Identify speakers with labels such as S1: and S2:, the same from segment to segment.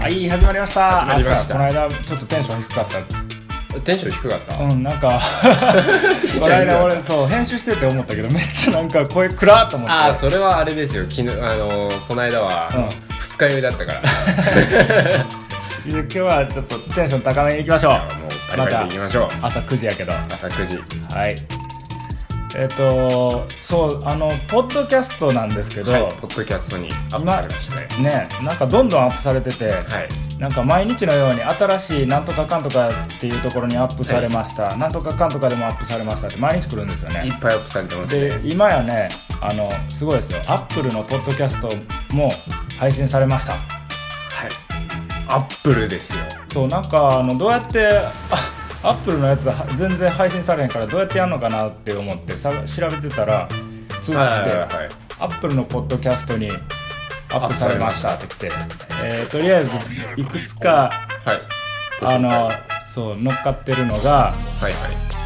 S1: はい始まりました
S2: 始まりました
S1: あそうだこの間ちょっとテンション低かっ
S2: テンション低かった
S1: たうんなん かこの間俺そう編集してて思ったけどめっちゃなんか声暗っと思って
S2: ああそれはあれですよ昨日あのーこの間は
S1: うん
S2: 二日酔いだっ たから、
S1: いや今日はちょっとテンション高めにいきましょう
S2: もうバリバリいきましょう、
S1: 朝9時やけどは
S2: 朝9時
S1: いえっ、とそうあのポッドキャストなんですけど、
S2: はいポッドキャストにアップされましたね
S1: ねなんかどんどんアップされてて、
S2: はい
S1: なんか毎日のように新しいなんとかかんとかっていうところにアップされました、なんとかかんとかでもアップされましたって毎日来るんですよ
S2: い
S1: ね
S2: っぱいアップされてます
S1: で
S2: ね
S1: 今やねあのすごいですよアップルのポッドキャストも配信されました
S2: はいアップルですよ
S1: そうなんかあのどうやってあアップルのやつは全然配信されへんからどうやってやるのかなって思ってさ調べてたら通知来て、
S2: はい
S1: アップルのポッドキャストにアップされましたって来て、えーとりあえずいくつか
S2: はい
S1: あの
S2: はい
S1: そう乗っかってるのが
S2: はい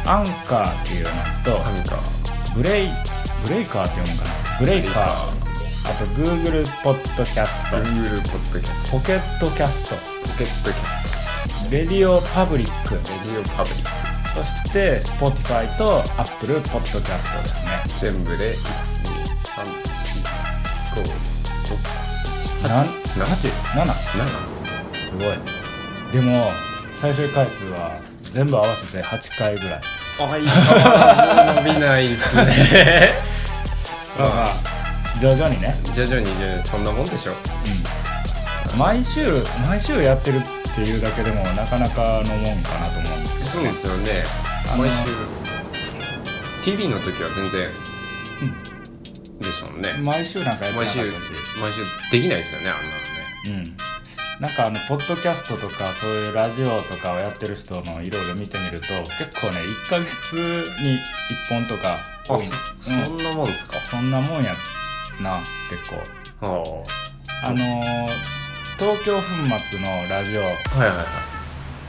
S1: アンカーっていうの
S2: アンカー
S1: とブレイブレイカーって読むかなブレイカーあと Google ポッドキャス
S2: Google ポッドキャス
S1: トポケットキャスト
S2: トポケットキャス
S1: レディオパブリック
S2: トレディオパブリック
S1: そして Spotify と Apple ポッドキャストですね
S2: 全部で1 2 3
S1: 7
S2: 4 5 6 7 8 7
S1: すごいでも再生回数は全部合わせて8回ぐらい
S2: あいいか 伸びないですね
S1: まあまあ徐々にね、
S2: 徐々に徐々にそんなもんでしょ
S1: うん、毎週毎週やってるっていうだけでもなかなかのもんかなと思うんですけど
S2: そうですよね
S1: あの
S2: 毎週 TV の時は全然でしたもんね
S1: 毎週なんかやってな
S2: 毎
S1: かっ
S2: 週
S1: たし
S2: 毎週できないですよねあんなのね
S1: うんなんかあのポッドキャストとかそういうラジオとかをやってる人のいろいろ見てみると結構ね1ヶ月に1本とか多い
S2: そ
S1: うん
S2: そんなもんですか
S1: そんなもんやな結構
S2: ああ
S1: あのー東京粉末のラジオ
S2: はいは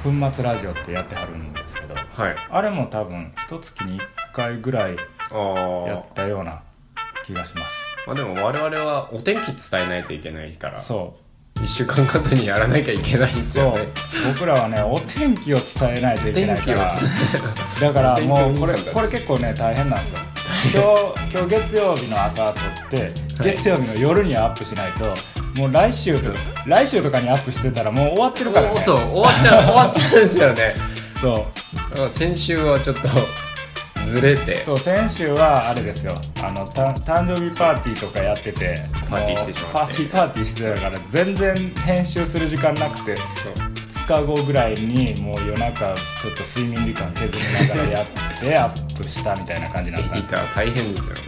S2: い
S1: 粉末ラジオってやってはるんですけど
S2: はいはい
S1: あれも多分一月に1回ぐらいや
S2: あ
S1: ったような気がします
S2: あまあでも我々はお天気伝えないといけないから
S1: そう
S2: 1週間ごとにやらなきゃいけないんです
S1: そう
S2: よね
S1: 僕らはねお天気を伝えないといけないからだ
S2: 天
S1: からもうこれ
S2: お天気お兄さんだね
S1: これ結構ね大変なんですよ 今日今日月曜日の朝撮って
S2: はい
S1: 月曜日の夜にはアップしないともう来週と来週とかにアップしてたらもう終わってるからね
S2: おそう
S1: そう
S2: 終わっちゃう終わっちゃうんですよねだから先週はちょっとずれて
S1: そう先週はあれですよあのた誕生日パーティーとかやってて
S2: パーティーしてしま
S1: も
S2: って
S1: うパーティーパーティーしてたから全然編集する時間なくて2日後ぐらいにもう夜中ちょっと睡眠時間削りながらやってアップしたみたいな感じ
S2: エ
S1: な
S2: デ
S1: んだったん
S2: ィ
S1: です
S2: ター大変ですよね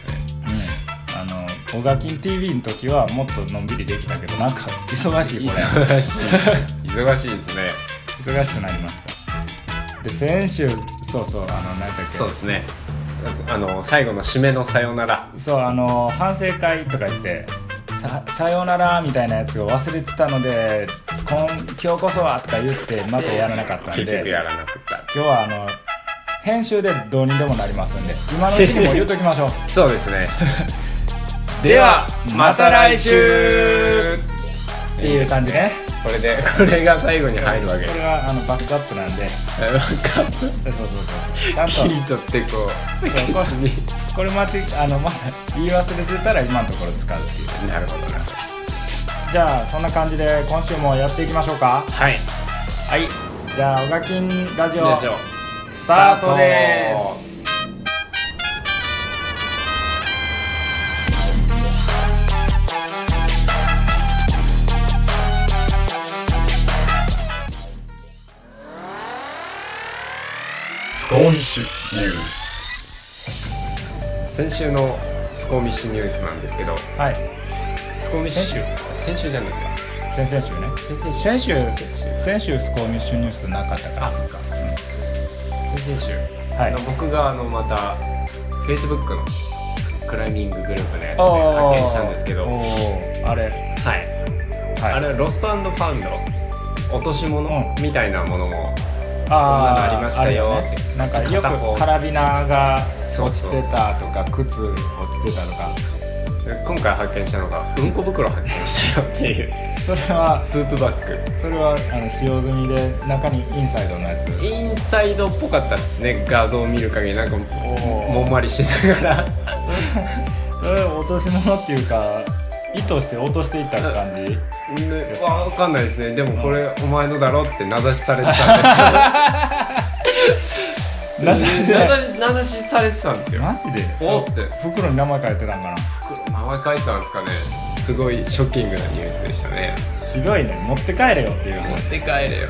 S1: うんあの「オガキン TV」の時はもっとのんびりできたけどなんか忙しいこれ
S2: 忙しい忙しいですね
S1: 忙しくなりましたで先週そうそうあの何だっけ
S2: そうですねあの最後の締めのさよなら
S1: そうあの反省会とか言ってさ「さようなら」みたいなやつを忘れてたので「こん今日こそは」とか言ってまたやらなかったん
S2: 結局
S1: で
S2: やらなかった
S1: 今日はあの編集でどうにでもなりますんで今のうちにもう言うときま しょう
S2: そうですね
S1: ではまた来週って
S2: い
S1: いうう感じね
S2: これでこれが最後に入るわけ
S1: こ
S2: です
S1: れはあのバックアップなんで
S2: なんか
S1: そうそうそうちゃん
S2: 切
S1: と
S2: り取ってこ
S1: そ
S2: う
S1: うこ
S2: に
S1: れこれまであのまだ言い忘れてたら今のところ使うっていう
S2: なるほどな
S1: じゃあそんな感じで今週もやっていきましょうか
S2: はい
S1: はいじゃあオガキンラジオ
S2: ラジオ
S1: スタートです
S2: スコーミッシュニュース先週のスコーミッシュニュースなんですけど
S1: はい
S2: スコーミッシュ先週じゃないですか
S1: 先々週ね
S2: 先々週
S1: 先週
S2: 先週
S1: 先週スコーミッシュニュースなかったから
S2: あそっか先々週、
S1: はい
S2: あの僕があのまた Facebook のクライミンググループのやつで
S1: おー
S2: 発見したんですけど
S1: お
S2: はい、
S1: ーあれはい
S2: あれロストファウンド落とし物、
S1: う
S2: みたいなものも
S1: あー
S2: こんなのありましたよ
S1: あれね
S2: って
S1: なんかよ
S2: 片方
S1: くカラビナが
S2: そう
S1: 落ち
S2: そう
S1: てたとか靴落ちてたとか
S2: 今回発見したのがうんこ袋発見したよっていう
S1: それは
S2: トゥープバッ
S1: それはあの使用済みで中にインサイドのやつ
S2: グインサイドっぽかったですね画像を見る限りなんか
S1: ー
S2: もんまりしてたから
S1: それ落とし物っていうか意図して落としていった感じ
S2: ね、わかんないですねでもこれお前のだろって名指しされてたん
S1: な
S2: で
S1: ぜ
S2: すよ名指し名指しされてたんですよ
S1: マジで
S2: おって
S1: 袋に名前書いてたんかな
S2: 名前書いてたんですかねすごいショッキングなニュースでしたね
S1: ひどいね持って帰れよっていう
S2: 持っ
S1: 話
S2: て帰れよ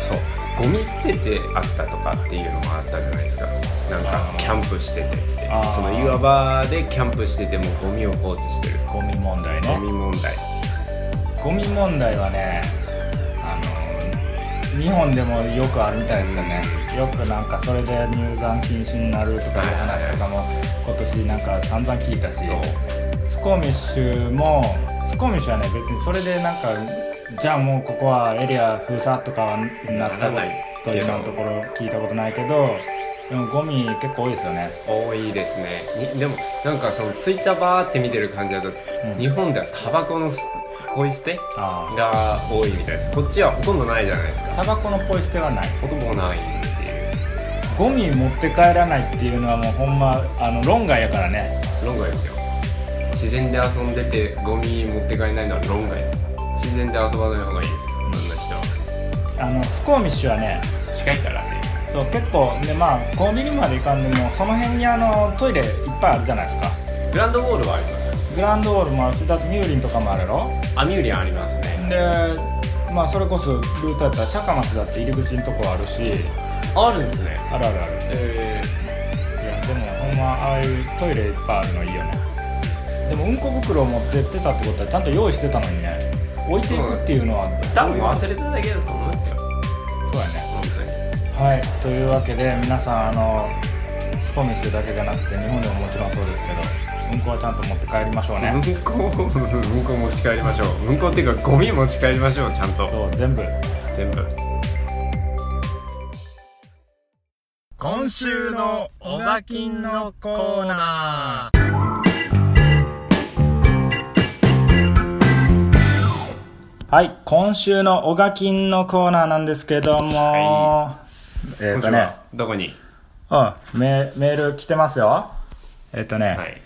S2: そうゴミ捨ててあったとかっていうのもあったじゃないですかなんか
S1: あー
S2: キャンプしててって
S1: あー
S2: その岩場でキャンプしててもゴミを放置してる
S1: ゴミ問題
S2: ゴ
S1: ね
S2: ミ問題
S1: ゴミ問題はねあの日本でもよくあるみたいですよね、よくなんかそれで入山禁止になるとかいう話とかも今年なんか散々聞いたし
S2: そう
S1: スコーミッシュもスコーミッシュはね別にそれでなんかじゃあもうここはエリア封鎖とかはなった
S2: ならない
S1: こというのところ聞いたことないけどでもゴミ結構多いですよね
S2: 多いですねにでもなんかそのツイッターバーって見てる感じだと、
S1: うん
S2: 日本ではタバコのすポイ捨て
S1: あ
S2: が多いみたいですこっちはほとんどないじゃないです
S1: あ
S2: か
S1: タバコのポイ捨てはない
S2: ほとんどないっていう
S1: ゴミ持って帰らないっていうのはもうほんまあの論外やからね
S2: 論外ですよ自然で遊んでてゴミ持って帰れないのは論外です自然で遊ばない方がいいですそんな人は
S1: あのスコーミッシュはね
S2: 近いからね
S1: そう結構でまあコンビニまで行かんでもその辺にあのトイレいっぱいあるじゃないですか
S2: グランドウォールはあります
S1: グランドウォールもあるしだってミューリンとかもあるやろ
S2: アミューリアンありますね
S1: でまあそれこそルートやったら茶ャカマスだって入り口のとこあるし
S2: あるんですね
S1: あるあるある
S2: え
S1: いやでもほんまああいうトイレいっぱいあるのいいよねでもうんこ袋を持ってってたってことはちゃんと用意してたのにね置いていくっていうのは
S2: ー、多分忘れただけだと思うんですよ
S1: そうやね
S2: 本当に
S1: はいというわけで皆さんあのスコミスだけじゃなくて日本でももちろんそうですけどうんこはちゃんと持って帰りましょうね、
S2: うんこうんこ持ち帰りましょううんこっていうかゴミ持ち帰りましょうちゃんと
S1: そう全部
S2: 全部
S1: 今週のオガキンのコーナ
S2: ー
S1: はい今週のオガキンのコーナーなんですけども、えっ、とね
S2: どこに
S1: うんメメール来てますよえっ、とね、
S2: はい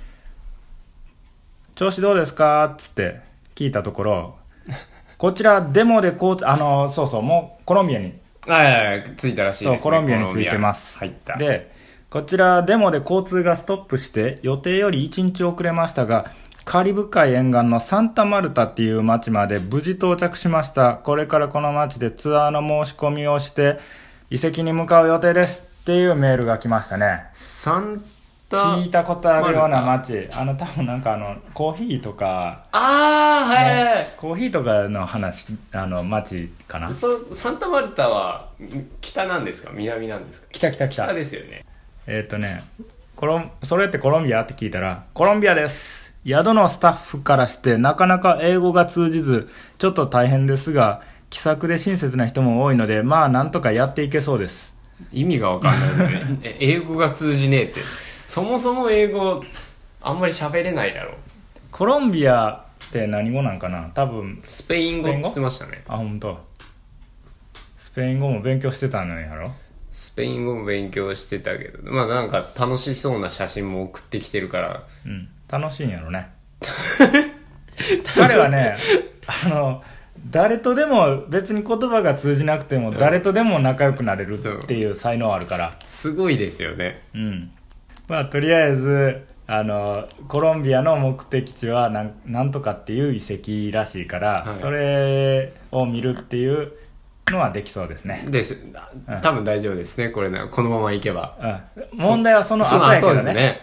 S1: 調子どうですか?」っつって聞いたところこちらデモでこうあのそうそうもうコロンビアに
S2: ああついたらしい
S1: そ
S2: です、
S1: う
S2: ね、
S1: コロンビアについてます
S2: コロンビア入った
S1: でこちらデモで交通がストップして予定より1日遅れましたがカリブ海沿岸のサンタマルタっていう町まで無事到着しましたこれからこの町でツアーの申し込みをして遺跡に向かう予定ですっていうメールが来ましたね
S2: サンタ
S1: 聞いたことあるような
S2: マ
S1: 町あの多分なんかあのコーヒーとか
S2: ああはいはいはい、
S1: コーヒーとかの話あの町かな
S2: そうサンタマルタはん北なんですか南なんですか
S1: 来た来た来
S2: 北ですよね
S1: えっ、とねコロン、それってコロンビアって聞いたら、コロンビアです宿のスタッフからしてなかなか英語が通じず、ちょっと大変ですが、気さくで親切な人も多いので、まあなんとかやっていけそうです。
S2: 意味がわかんないですね え英語が通じねえってそもそも英語あんまり喋れないだろう
S1: コロンビアって何語なんかな多分、
S2: スペイン語って言ってましたね
S1: あ、本当。スペイン語も勉強してたのやろ
S2: スペイン語も勉強してたけどまあなんか楽しそうな写真も送ってきてるから
S1: うん。楽しいんやろ ね。彼はね、あの、誰とでも別に言葉が通じなくても誰とでも仲良くなれるっていう才能あるから。
S2: すごいですよね
S1: うん。まあとりあえず、あの、コロンビアの目的地はなんなんとかっていう遺跡らしいから、
S2: はい
S1: それを見るっていうのはできそうですね。
S2: です
S1: ん
S2: 多分大丈夫ですねこれなこのままいけば
S1: うん。問題はその後
S2: その
S1: やけ
S2: 後
S1: ど
S2: です
S1: ね。
S2: ね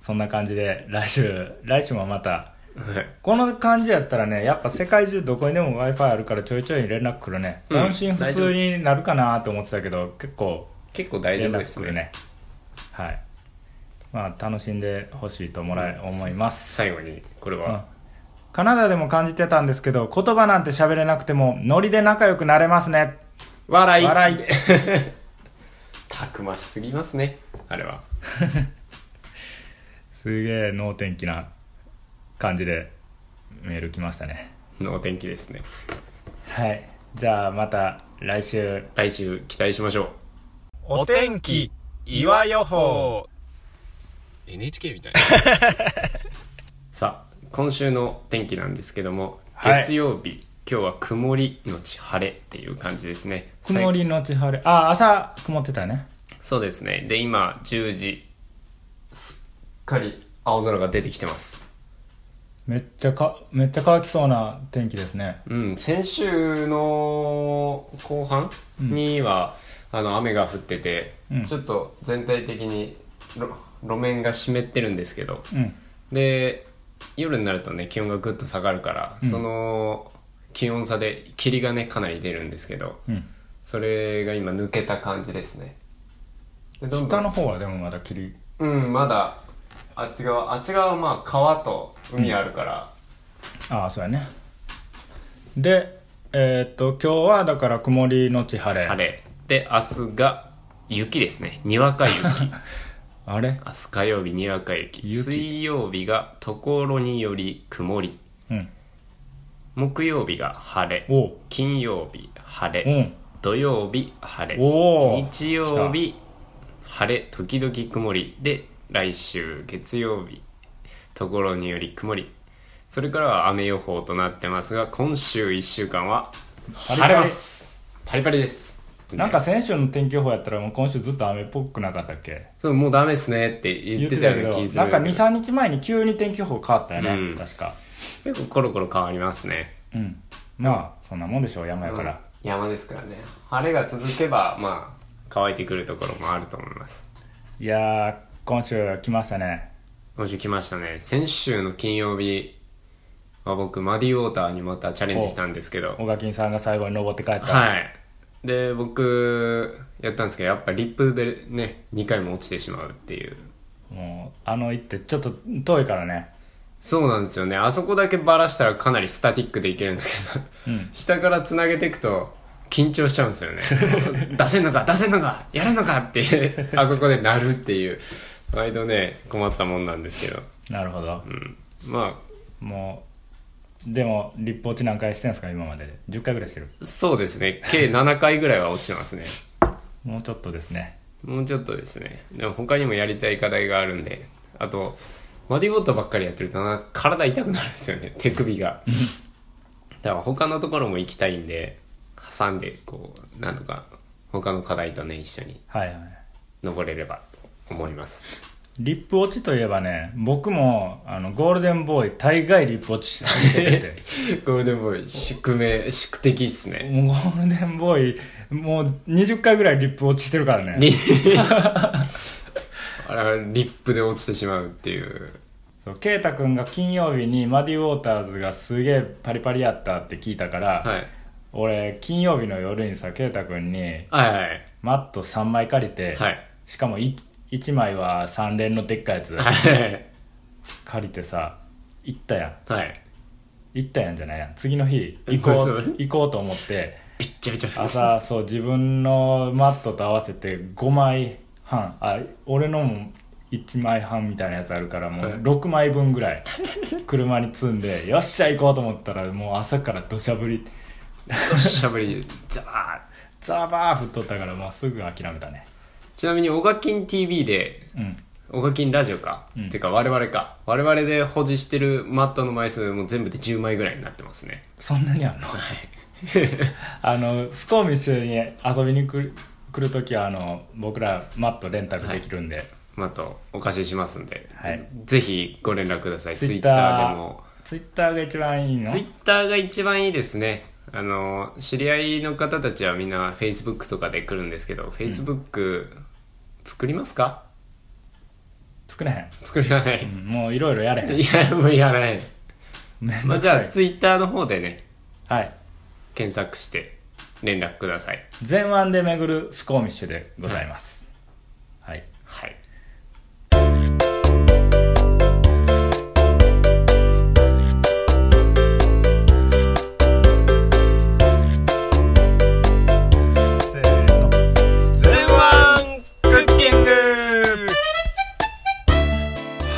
S1: そんな感じで、来週、来週もまた、
S2: はい
S1: この感じやったらねやっぱ世界中どこにでも w i f i あるからちょいちょい連絡来るね
S2: うん
S1: 音信不通になるかなと思ってたけど結構
S2: 結構大丈
S1: 連
S2: 夫
S1: 絡
S2: です
S1: 来る
S2: ね
S1: ねはいまあ楽しんでほしいともらい、思います、
S2: 最後にこれ
S1: う
S2: は
S1: ん、カナダでも感じてたんですけど言葉なんて喋れなくてもノリで仲良くなれますね
S2: 笑い
S1: 笑い
S2: たくましすぎますねあれは
S1: すげえ能天気な感じでメール来ましたね
S2: のお天気ですね
S1: はいじゃあまた来週
S2: 来週期待しましょう
S3: お天気岩予報
S2: NHK みたいな さあ今週の天気なんですけども、
S1: はい
S2: 月曜日今日は曇りのち晴れっていう感じですね
S1: 曇りのち晴れあ朝曇ってたね
S2: そうですねで今10時すっかり青空が出てきてます
S1: めっちゃかめっちゃ乾きそうな天気ですね
S2: うん先週の後半には、あの雨が降ってて、
S1: うん
S2: ちょっと全体的にろ路面が湿ってるんですけど
S1: うん
S2: で夜になるとね気温がぐっと下がるから、
S1: ん
S2: その気温差で霧がねかなり出るんですけど
S1: うん
S2: それが今抜けた感じですねでどんどん
S1: 下の方はでもまだ霧
S2: うんまだあっち側あっち側はまあ川と海あるから、
S1: ああそうやねでえーっと今日はだから曇りのち晴れ
S2: 晴れで明日が雪ですねにわ か雪
S1: あれ
S2: 明日火曜日にわか雪
S1: 雪
S2: 水曜日がところにより曇り
S1: うん
S2: 木曜日が晴れ
S1: おう
S2: 金曜日晴
S1: う
S2: れ
S1: ん
S2: 土曜日晴れ
S1: おお
S2: 日曜日晴れ時々曇りで来週月曜日ところにより曇りそれからは雨予報となってますが今週1週間は晴れますパリパリです
S1: なんか先週の天気予報やったらもう今週ずっと雨っぽくなかったっけ
S2: そうもうダメですねって言ってたような気する
S1: なんか23日前に急に天気予報変わったよね、
S2: うん
S1: 確か
S2: 結構コロコロ変わりますね
S1: うんまあそんなもんでしょう山やから、
S2: うん山ですからね晴れが続けばまあ乾いてくるところもあると思います
S1: いやー今週来ましたね
S2: 今週来ましたね先週の金曜日は僕マディウォーターにまたチャレンジしたんですけど
S1: 小垣さんが最後に登って帰った、
S2: はい。で、僕、やったんですけど、やっぱリップでね、2回も落ちてしまうっていう。
S1: もうあの行ってちょっと遠いからね
S2: そうなんですよね。あそこだけバラしたらかなりスタティックでいけるんですけど、
S1: うん
S2: 下から繋げていくと、緊張しちゃうんですよね。 出せんのか、出せんのか、やるのかっていう、あそこで鳴るっていう、毎度ね、困ったもんなんですけど。
S1: なるほど、
S2: うん。ま
S1: もうでも立法地何回してんすか今までで10回ぐらいしてる
S2: あ、そうですね。計7回ぐらいは落ちてますね。
S1: もうちょっとですね
S2: もうちょっとですね。でも他にもやりたい課題があるんで。あと、マディボットばっかりやってるとな、体痛くなるんですよね。手首が。だから他のところも行きたいんで、挟んで、こう、なんとか、他の課題とね、一緒に
S1: はいはい
S2: 登れればと思います。
S1: リップ落ちといえばね僕もあのゴールデンボーイ大概リップ落ちしすぎ てて
S2: ゴールデンボーイ、宿命、宿敵っすね。
S1: もうゴールデンボーイもう20回ぐらいリップ落ちしてるからね
S2: リあれはリップで落ちてしまうっていう。
S1: そう圭太君が金曜日にマディ・ウォーターズがすげえパリパリやったって聞いたから、
S2: はい。
S1: 俺金曜日の夜にさ圭太君に
S2: はいはい
S1: マット3枚借りて、
S2: はい。
S1: しかも 1, 枚は3連のでっかいやつ
S2: はい。
S1: 借りてさ行ったやん
S2: はい。
S1: 行ったやんじゃないやん次の日
S2: え
S1: 行こ
S2: そうう
S1: 行こうと思って
S2: びっちゃびちゃです
S1: 朝そう自分のマットと合わせて5枚半あ俺のも1枚半みたいなやつあるからもう
S2: はい
S1: 6枚分ぐらい車に積んでよっしゃ行こうと思ったらもう朝から土砂降り
S2: どっしゃぶりでザー
S1: ザバー降っとったからもうすぐ諦めたね
S2: ちなみに「オガキン TV」で
S1: うん
S2: 「オガキンラジオか」
S1: うん
S2: てか我々か我々で保持してるマットの枚数も全部で10枚ぐらいになってますね
S1: そんなにあんのあのスコーミッシュに遊びに来る来る時はあの僕らマットレンタルできるんで、
S2: マットお貸ししますんで、
S1: はい
S2: ぜひご連絡くださいツイッ
S1: Twitter
S2: ターでも
S1: ツイッターが一番いいの
S2: ツイッターが一番いいですねあの知り合いの方たちはみんな Facebook とかで来るんですけど Facebook 作りますか、
S1: 作れへ
S2: 作らない、
S1: ん、うんもういろいろやれへん
S2: いやもうやらない、
S1: めんどくさい
S2: まあ、じゃあツイッターの方でね
S1: はい
S2: 検索して連絡ください
S1: 前腕で巡るスコーミッシュでございますはい
S2: はい
S3: 全
S1: せーの
S3: ワンクッキング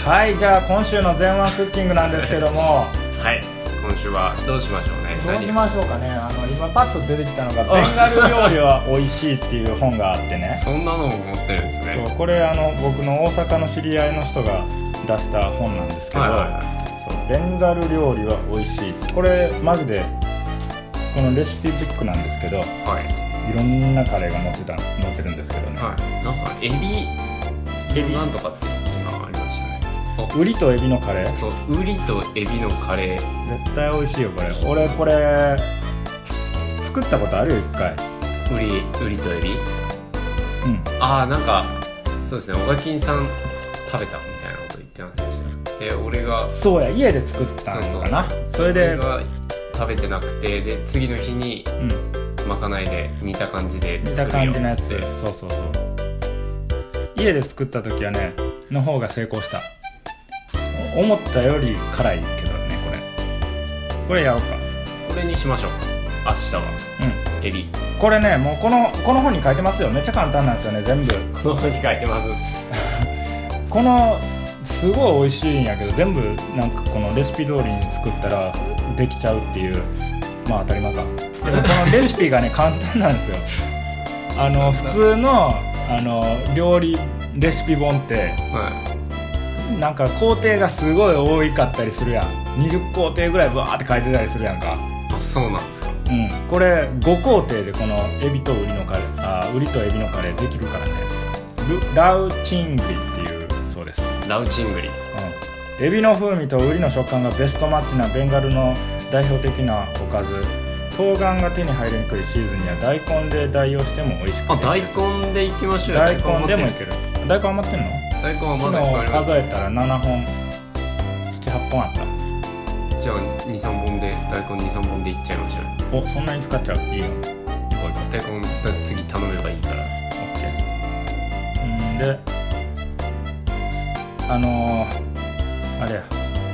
S1: はいじゃあ今週の「全腕クッキング」なんですけども
S2: はい今週はどうしましょうね
S1: どうし
S2: 何
S1: ましょうかねあの今パッと出てきたのが「ベンガル料理は美味しい」っていう本があってね
S2: そんなのも持ってるんですね
S1: そうこれあの僕の大阪の知り合いの人が出した本なんですけど、
S2: はいはいはい
S1: そうベンガル料理は美味しいこれマジでこのレシピブックなんですけどい
S2: はい
S1: ろんなカレーが載ってた載ってるんですけどね、
S2: はいなんかエビ
S1: エビ
S2: なんとかっていうのがありましたね
S1: ウリとエビのカレー
S2: そうウリとエビのカレー
S1: 絶対美味しいよこれ俺これ作ったことあるよ一回
S2: ウリウリとエビ
S1: うん
S2: ああなんかそうですねオガキンさん食べたみたいなこと言ってませんでしたで俺が
S1: そうや家で作ったのかなそれ
S2: 俺
S1: で
S2: が食べてなくてで次の日に
S1: うん
S2: まかないで似た感じで
S1: 似た
S2: 作る
S1: 感
S2: よ
S1: じのやつ
S2: っつって
S1: そうそうそう家で作った時はねの方が成功した思ったより辛いけどねこれこれやろうか
S2: これにしましょう明日は
S1: うん
S2: エビ
S1: これねもうこのこの本に書いてますよめっちゃ簡単なんですよね全部
S2: この本に書いてます
S1: このすごい美味しいんやけど全部なんかこのレシピ通りに作ったらできちゃうっていうまあ当たり前かでもこのレシピ がね簡単なんですよあの普通のあの料理レシピ本って
S2: は
S1: なんか工程がすごい多いかったりするやん20工程ぐらいバーって書いてたりするやんか
S2: いあそうなんですか
S1: うんこれ5工程でこのエビとウリのカレーあウリとエビのカレーできるからねルラウチングリっていうそうです
S2: ラウチングリ
S1: うん、エビの風味とウリの食感がベストマッチなベンガルの代表的なおかず冬瓜が手に入りにくいシーズンには大根で代用しても美味しく
S2: あ
S1: できる
S2: 大根でいきましょうよ
S1: 大根でもい
S2: 持っ
S1: け
S2: てる
S1: る大根余ってんの
S2: 大根はま
S1: 昨
S2: だいっ
S1: 日
S2: ぱいあります
S1: 数えたら7本78本あった
S2: じゃあ23本で大根23本でいっちゃいましょう
S1: おそんなに使っちゃういいよ行こう行こう
S2: 大根だ次頼めばいいから
S1: OK うんであのーあれや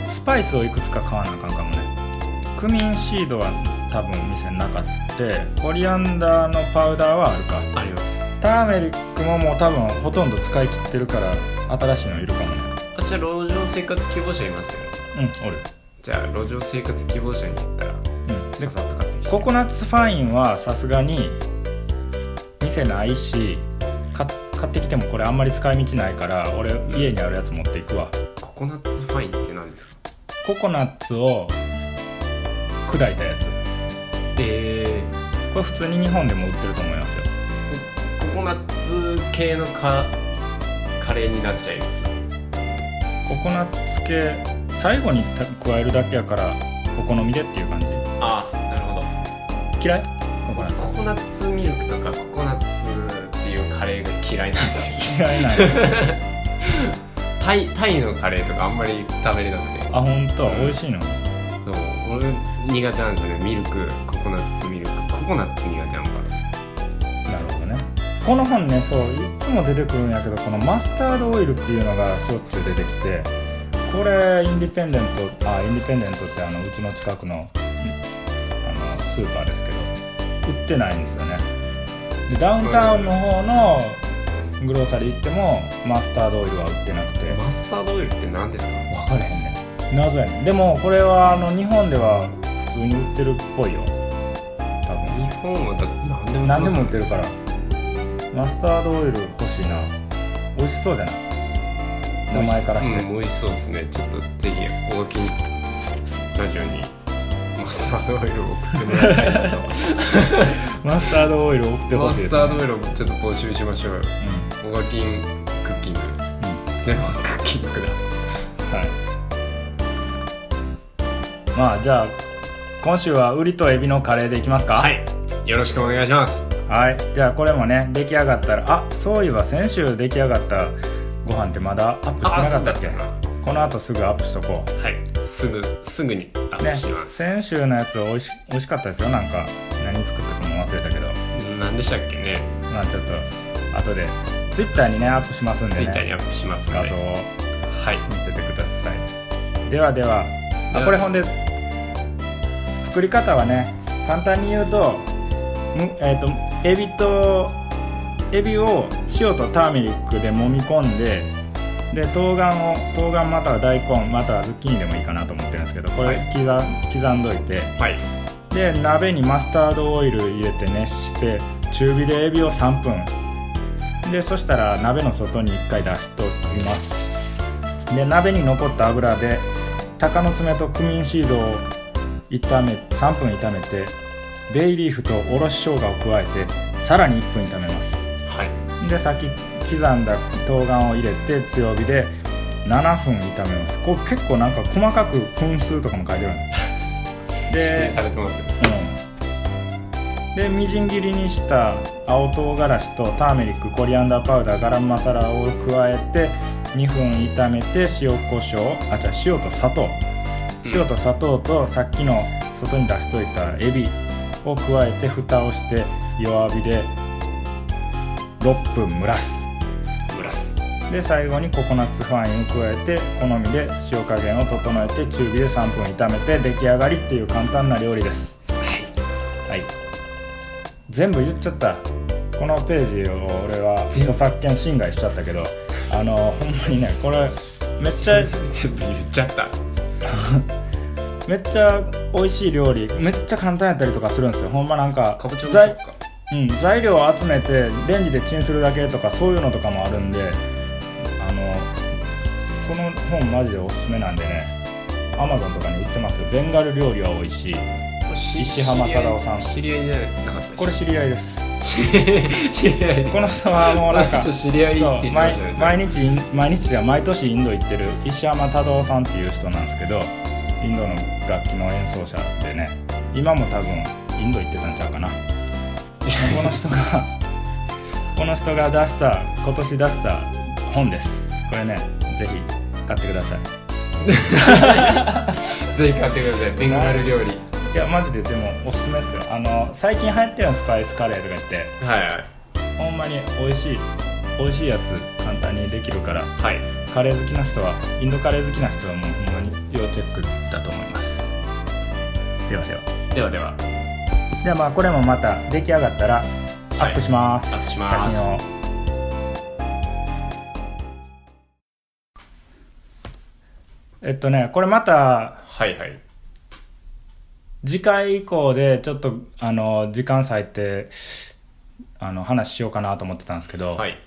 S1: スパイスをいくつか買わなあかんかもねクミンシードは多分店になかったコリアンダーのパウダーはあるか
S2: あります
S1: ターメリックももう多分ほとんど使い切ってるから新しいのいるかもね
S2: あじゃあ路上生活希望者いますよ
S1: うんおる
S2: じゃあ路上生活希望者に行ったら
S1: うんで
S2: ささっと買ってきて
S1: ココナッツファインはさすがに店ないしか買ってきてもこれあんまり使い道ないから俺家にあるやつ持っていくわ
S2: ココナッツファインって何ですか
S1: ココナッツを砕いたやつ
S2: え
S1: これ普通に日本でも売ってると思いますよ
S2: ー、ココナッツ系のカカレーになっちゃいます
S1: ココナッツ系最後にた加えるだけやからお好みでっていう感じ
S2: ああなるほ
S1: 嫌いココナッツ
S2: どココナッツミルクとかココナッツっていうカレーが嫌いなんですよ
S1: 嫌いなんや
S2: タイタイのカレーとかあんまり食べれなくて
S1: あ本当美味しいの
S2: そう俺苦手なんですよねミルクココナッツミルクココナッツ苦手なのか
S1: なるほどねこの本ねそういつも出てくるんやけどこのマスタードオイルっていうのがしょっちゅう出てきてこれインディペンデントあインディペンデントってあのうちの近くのんあのスーパーですけど売ってないんですよねでダウンタウンの方のグローサリー行ってもマスタードオイルは売ってなくて
S2: なマスタードオイルって何ですか
S1: 分かれへんねん謎やねんでもこれはあの日本では普通に売ってるっぽいよ多分
S2: 日本はだって何
S1: 何で
S2: でも
S1: も売っ
S2: 売って
S1: てるからマスタードオイル欲しいな美味しそうじゃない名前からして、
S2: うん、美味しそうですねちょっとぜひ大きいラジオにマスタードオイルを送ってもらいたいな
S1: マスタードオイル送って
S2: と
S1: ほ
S2: マ
S1: しいです
S2: ス
S1: ね、
S2: タードオイルをちょっと募集しましょうよオガキンクッキング
S1: うんうん
S2: 全部クッキングだ
S1: はいまあじゃあ今週はウリとエビのカレーでいきますか
S2: はいよろしくお願いします
S1: はいじゃあこれもね出来上がったらあそういえば先週出来上がったご飯ってまだアップしてなかったっけ
S2: は
S1: この後すぐアップしとこう
S2: いすぐすぐにアッ
S1: ね
S2: プし、ます、
S1: 先週のやつ美味し美味しかったですよなんか何作ったかも忘れたけど
S2: 何でしたっけね
S1: まあちょっと後でツイッターにねアップしますんで
S2: ツイッターに
S1: ね
S2: アップしますの
S1: 画
S2: で
S1: 像を
S2: はい
S1: 見ててくださいではでは
S2: で
S1: あ
S2: は
S1: これほんで作り方はね簡単に言うとむえっ、とエビとエビを塩とターメリックで揉み込んでで冬瓜を冬瓜または大根またはズッキーニでもいいかなと思ってるんですけどこ
S2: は
S1: れ
S2: い
S1: 刻,、刻んどいて
S2: はい
S1: で鍋にマスタードオイル入れて熱して中火でエビを3分でそしたら鍋の外に1回出しておきますで鍋に残った油で鷹の爪とクミンシードを炒め3分炒めてベイリーフとおろし生姜を加えてさらに1分炒めます
S2: はい
S1: で先刻んだ冬瓜を入れて強火で7分炒めますこう結構なんか細かく分数とかも書いてるん
S2: 指
S1: で
S2: 定
S1: す
S2: されてますよ
S1: うん、でみじん切りにした青唐辛子とターメリックコリアンダーパウダーガラムマサラを加えて2分炒めて塩コショウあじゃ塩と砂糖
S2: うん
S1: 塩と砂糖とさっきの外に出しといたエビを加えて蓋をして弱火で6分蒸らす
S2: ブラス
S1: で最後にココナッツファインを加えて好みで塩加減を整えて中火で3分炒めて出来上がりっていう簡単な料理ですはい、全部言っちゃったこのページを俺は著作権侵害しちゃったけどあのほんまにねこれめっちゃ
S2: 全部言っちゃった
S1: めっちゃ美味しい料理めっちゃ簡単やったりとかするんですよほんまなんか
S2: かぼちゃの
S1: 材,、
S2: そっか
S1: うん、材料を集めてレンジでチンするだけとかそういうのとかもあるんであのこの本マジでおすすめなんでねアマゾンとかに売ってますよベンガル料理は美味しい
S2: し
S1: 石浜忠夫さん
S2: 知り合いじゃなかったでしょ
S1: これ知り合いです
S2: 知り合い知り合い
S1: この人はもうなんか
S2: この人知り合いって言ってましたね
S1: そう毎毎日イン毎日が毎年インド行ってる石山多夫さんっていう人なんですけどインドの楽器の演奏者でね今も多分インド行ってたんちゃうかなこの人がこの人が出した今年出した本ですこれねぜひ買ってください
S2: ぜひ買ってくださいベンガル料理
S1: いやマジででもおすすめですよあの最近流行ってるのスパイスカレーとか言って
S2: はいはい
S1: ほんまに美味しい美味しいやつ簡単にできるから
S2: はい
S1: カレー好きな人はインドカレー好きな人はもうほんまに要チェックだと思いますではでは
S2: ではでは
S1: じゃあまあこれもまた出来上がったらアップします、
S2: アップします
S1: 写真をえっとねこれまた
S2: はいはい
S1: 次回以降でちょっとあの時間割いてあの話しようかなと思ってたんですけど、
S2: はい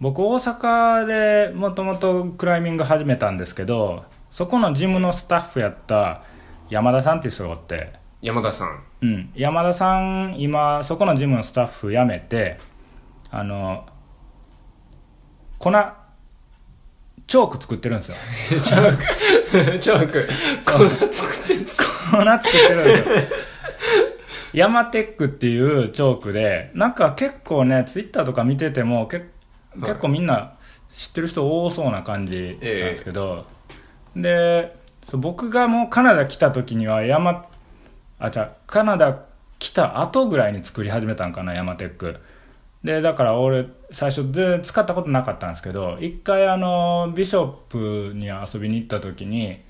S1: 僕大阪でもともとクライミング始めたんですけどそこのジムのスタッフやった山田さんっていう人がおって、
S2: 山田さ ん
S1: うん、山田さん今そこのジムのスタッフ辞めてあの粉チョーク作ってるんですよ
S2: チャークチャークこんな作ってんすか
S1: 粉作ってるんですよヤマテックっていうチョークでなんか結構ねツイッターとか見ててもけ結構みんな知ってる人多そうな感じなんですけど、でそう僕がもうカナダ来た時にはヤマあじゃカナダ来た後ぐらいに作り始めたんかなヤマテックでだから俺最初全然使ったことなかったんですけど一回あのビショップに遊びに行った時に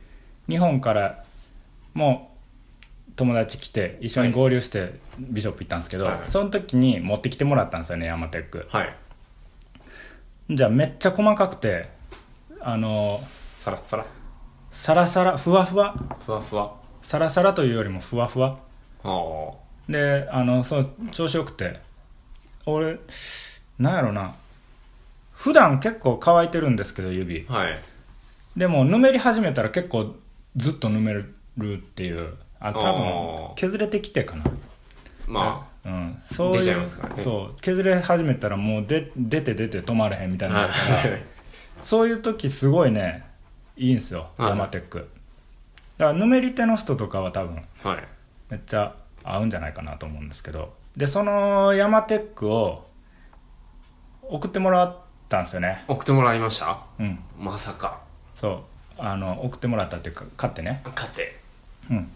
S1: 日本からもう友達来て一緒に合流してビショップ行ったんですけど、
S2: はい
S1: その時に持ってきてもらったんですよねヤマテック
S2: はい
S1: じゃあめっちゃ細かくてあの
S2: さらさら
S1: サラサラふわふわ
S2: ふわふわ
S1: サラサラというよりもふわふわ
S2: ああ
S1: であのそう調子よくて俺なんやろな普段結構乾いてるんですけど指
S2: はい
S1: でもぬめり始めたら結構ずっとぬめるっていうあ多
S2: あ
S1: 分
S2: ー
S1: 削れてきてかな
S2: ま
S1: うん、そういう
S2: 出ちゃいますからね
S1: そう削れ始めたらもうで出て出て止まれへんみた
S2: あ
S1: いにな
S2: は
S1: るから、
S2: い
S1: そういう時すごいねいいんですよ
S2: はい
S1: ヤマテックだからぬめり手の人とかは多分
S2: はい
S1: めっちゃ合うんじゃないかなと思うんですけどでそのヤマテックを送ってもらったんですよね
S2: 送ってもらいました
S1: うん
S2: まさか
S1: そうあの送ってもらったっていうか買ってね
S2: 勝て
S1: うん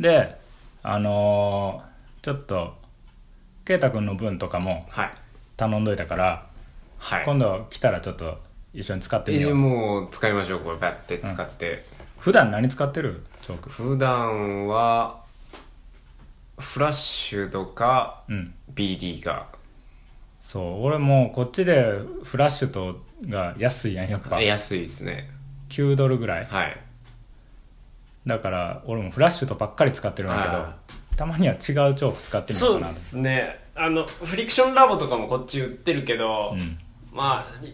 S1: であのーちょっと圭太君の分とかも
S2: はい
S1: 頼んどいたから
S2: はい
S1: 今度来たらちょっと一緒に使ってみ
S2: え
S1: よ
S2: ー
S1: う
S2: もう使いましょうこれバッて使って、
S1: 普段何使ってるチョーク
S2: 普段はフラッシュとか
S1: うん
S2: BD が
S1: そう俺もうこっちでフラッシュとが安いやんやっぱ
S2: 安いですね
S1: 9ドルぐらい
S2: はい
S1: だから俺もフラッシュとばっかり使ってるんだ
S2: あ
S1: けどたまには違うチョーク使ってみよ
S2: そう
S1: うか
S2: で
S1: な
S2: すねあのフリクションラボとかもこっち売ってるけど、
S1: うん
S2: まあい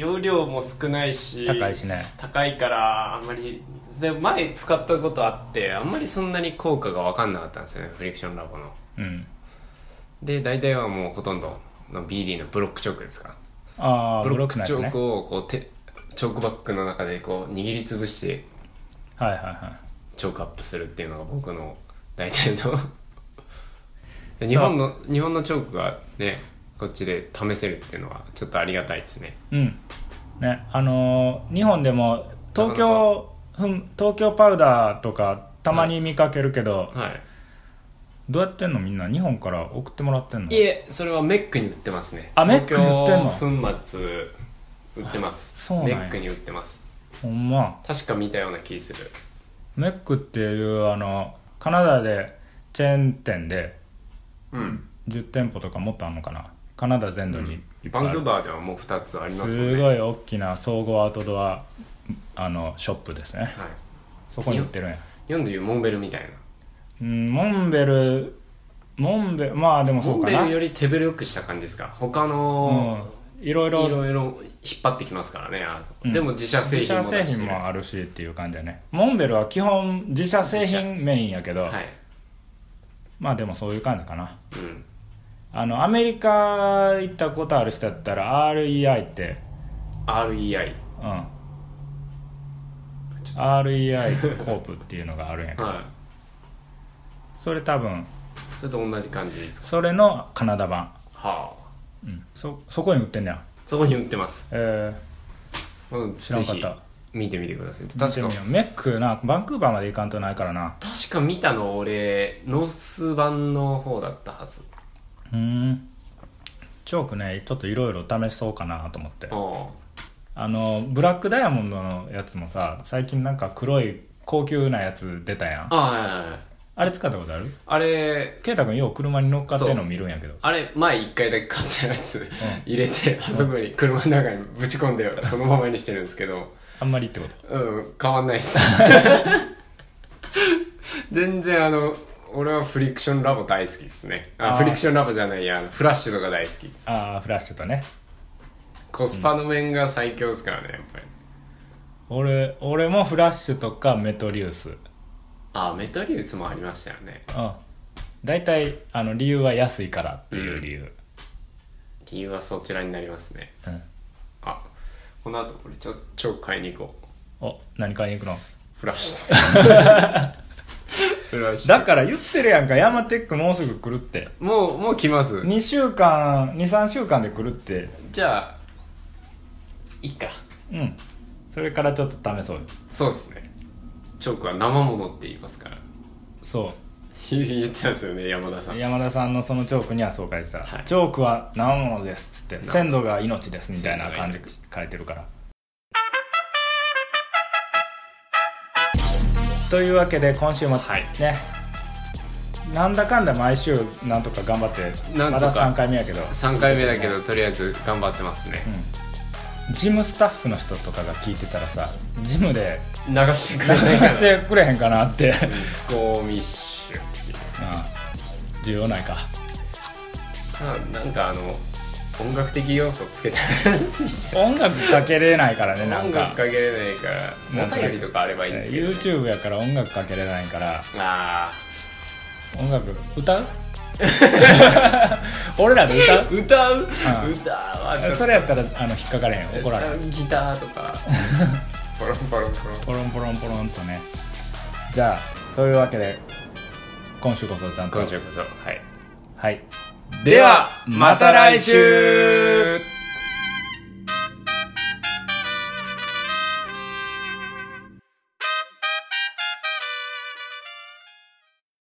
S2: 容量も少ないし
S1: 高いしね
S2: 高いからあんまりで前使ったことあってあんまりそんなに効果が分かんなかったんですよねフリクションラボの
S1: うん
S2: で大体はもうほとんどの BD のブロックチョークですか
S1: ああ
S2: ブ
S1: ブロ
S2: ロッ
S1: ック
S2: ク
S1: のや
S2: チ
S1: つ
S2: ョ
S1: ね
S2: ークをこう手チョークバッグの中でこう握りつぶして
S1: はいはいはい
S2: チョークアップするっていうのが僕の大体の 日本の日本のチョークがねこっちで試せるっていうのはちょっとありがたいですね
S1: うんねあのー日本でも東京ふん東京パウダーとかたまに見かけるけど、
S2: は
S1: どうやってんのみんな日本から送ってもらってんの
S2: いいえそれはメックに売ってますね
S1: あメックに売ってんの
S2: 東京粉末売ってます
S1: そうなん
S2: メ
S1: や
S2: ックに売ってます
S1: ほんま
S2: 確か見たような気する
S1: メックっていうあのカナダでチェーン店で
S2: うん
S1: 10店舗とかもっとあんのかなカナダ全土にいっぱ
S2: バ
S1: いあ
S2: ンク
S1: る、
S2: ーバーではもう2つありますもんね
S1: すごい大きな総合アウトドアあのショップですね
S2: はい、
S1: そこに売ってるんや
S2: 日本でいうモンベルみたいな
S1: うんモンベルモンベルまあでもそ
S2: モ
S1: う
S2: ン
S1: か
S2: ベ
S1: な
S2: ルより手ぶれよくした感じですか他の
S1: うんいろい
S2: い
S1: ろ
S2: ろいろ引っ張ってきますからねあそこ
S1: うん
S2: でも自社製
S1: 自社
S2: 品も出
S1: 製
S2: して
S1: 品
S2: る
S1: もあるしっていう感じだねモンベルは基本自社製品メインやけど、
S2: はい、
S1: まあでもそういう感じかな
S2: うん、
S1: あのアメリカ行ったことある人だったら REI って
S2: REI
S1: うん REI コープっていうのがあるんやけど
S2: は
S1: それ多分
S2: いそれと同じ感じですか
S1: それのカナダ版、
S2: は
S1: うん、そそこに売ってんねや
S2: あそこに売ってます、
S1: え
S2: うん、
S1: 知らんかった
S2: ぜひ見てみてください
S1: ー、
S2: 確か
S1: 見てみようメックなバンクーバーまで行かんとないからな
S2: 確か見たの俺ノース版の方だったはず
S1: うんチョークねちょっといろいろ試そうかなと思って
S2: お
S1: あのブラックダイヤモンドのやつもさ最近なんか黒い高級なやつ出たやんあ
S2: あはいはいはい
S1: れ使ったことある
S2: あれ
S1: 圭太君よう車に乗っかってんの見るんやけど
S2: あれ前1回だけ買ったやつ入れて、あそこに車の中にぶち込んでそのままにしてるんですけど
S1: あんまりってこと
S2: うん、変わんないっ す。全然あの、俺はフリクションラボ大好きですね。
S1: あ
S2: あ
S1: ー
S2: フリクションラボじゃないや、あのフラッシュとか大好きです。
S1: ああフラッシュとね
S2: コスパの面が最強ですからね、やっぱり。
S1: 俺俺もフラッシュとかメトリウスうん
S2: あ、メトリウスもありましたよね。
S1: 大体あの理由は安いからっていう理由
S2: 理由はそちらになりますね。
S1: うん、
S2: あ、この後俺ちょ、チョーク買いに行こう。
S1: お何買いに行くの
S2: フラッシュと。 フラッシュと。
S1: だから言ってるやんかヤマテックもうすぐ来るって
S2: もう、もう来ます。
S1: 2週間23週間で来るって
S2: じゃあ、いいか。
S1: うんそれからちょっと試そうよ
S2: そうですね。チョークは生ものって言いますから。
S1: そ
S2: 言ってたんですよね山田さ
S1: うん山田さんのそのチョークにはそう書いてた、
S2: はい
S1: チョークは生ものです」っつって「
S2: 生
S1: 鮮度が命です」みたいな感じ
S2: 鮮度が
S1: 書いてるからというわけで今週もね、
S2: はい
S1: なんだかんだ毎週なんとか頑張って
S2: なん
S1: ま
S2: とか
S1: だ3回目やけど、
S2: 3回目だけどとりあえず頑張ってますね
S1: うん、ジムスタッフの人とかが聞いてたらさジムで
S2: 流してく
S1: 流
S2: れないかな
S1: してくれへんかな って、
S2: うんスコーミッシュってい
S1: うん、需
S2: う
S1: 要ないか
S2: あなんかあの音楽的要素つけた
S1: 音楽かけれないからね
S2: ら
S1: なん
S2: 音
S1: か
S2: 楽かけれないから
S1: なん
S2: お
S1: か
S2: 便りとかあればいいんですけど、ね、
S1: YouTube やから音楽かけれないから
S2: あ
S1: 音楽歌う 俺らで歌う
S2: ー 歌う、
S1: うん
S2: 歌はちょっ
S1: それやったらあの引っかかれへん
S2: と
S1: 怒られる
S2: ギターと かポロンポロンポロン
S1: ポロンポロンポロンとねじゃあそういうわけで今週こそちゃんと
S2: 今週こそはい
S1: はい
S2: ではまた来週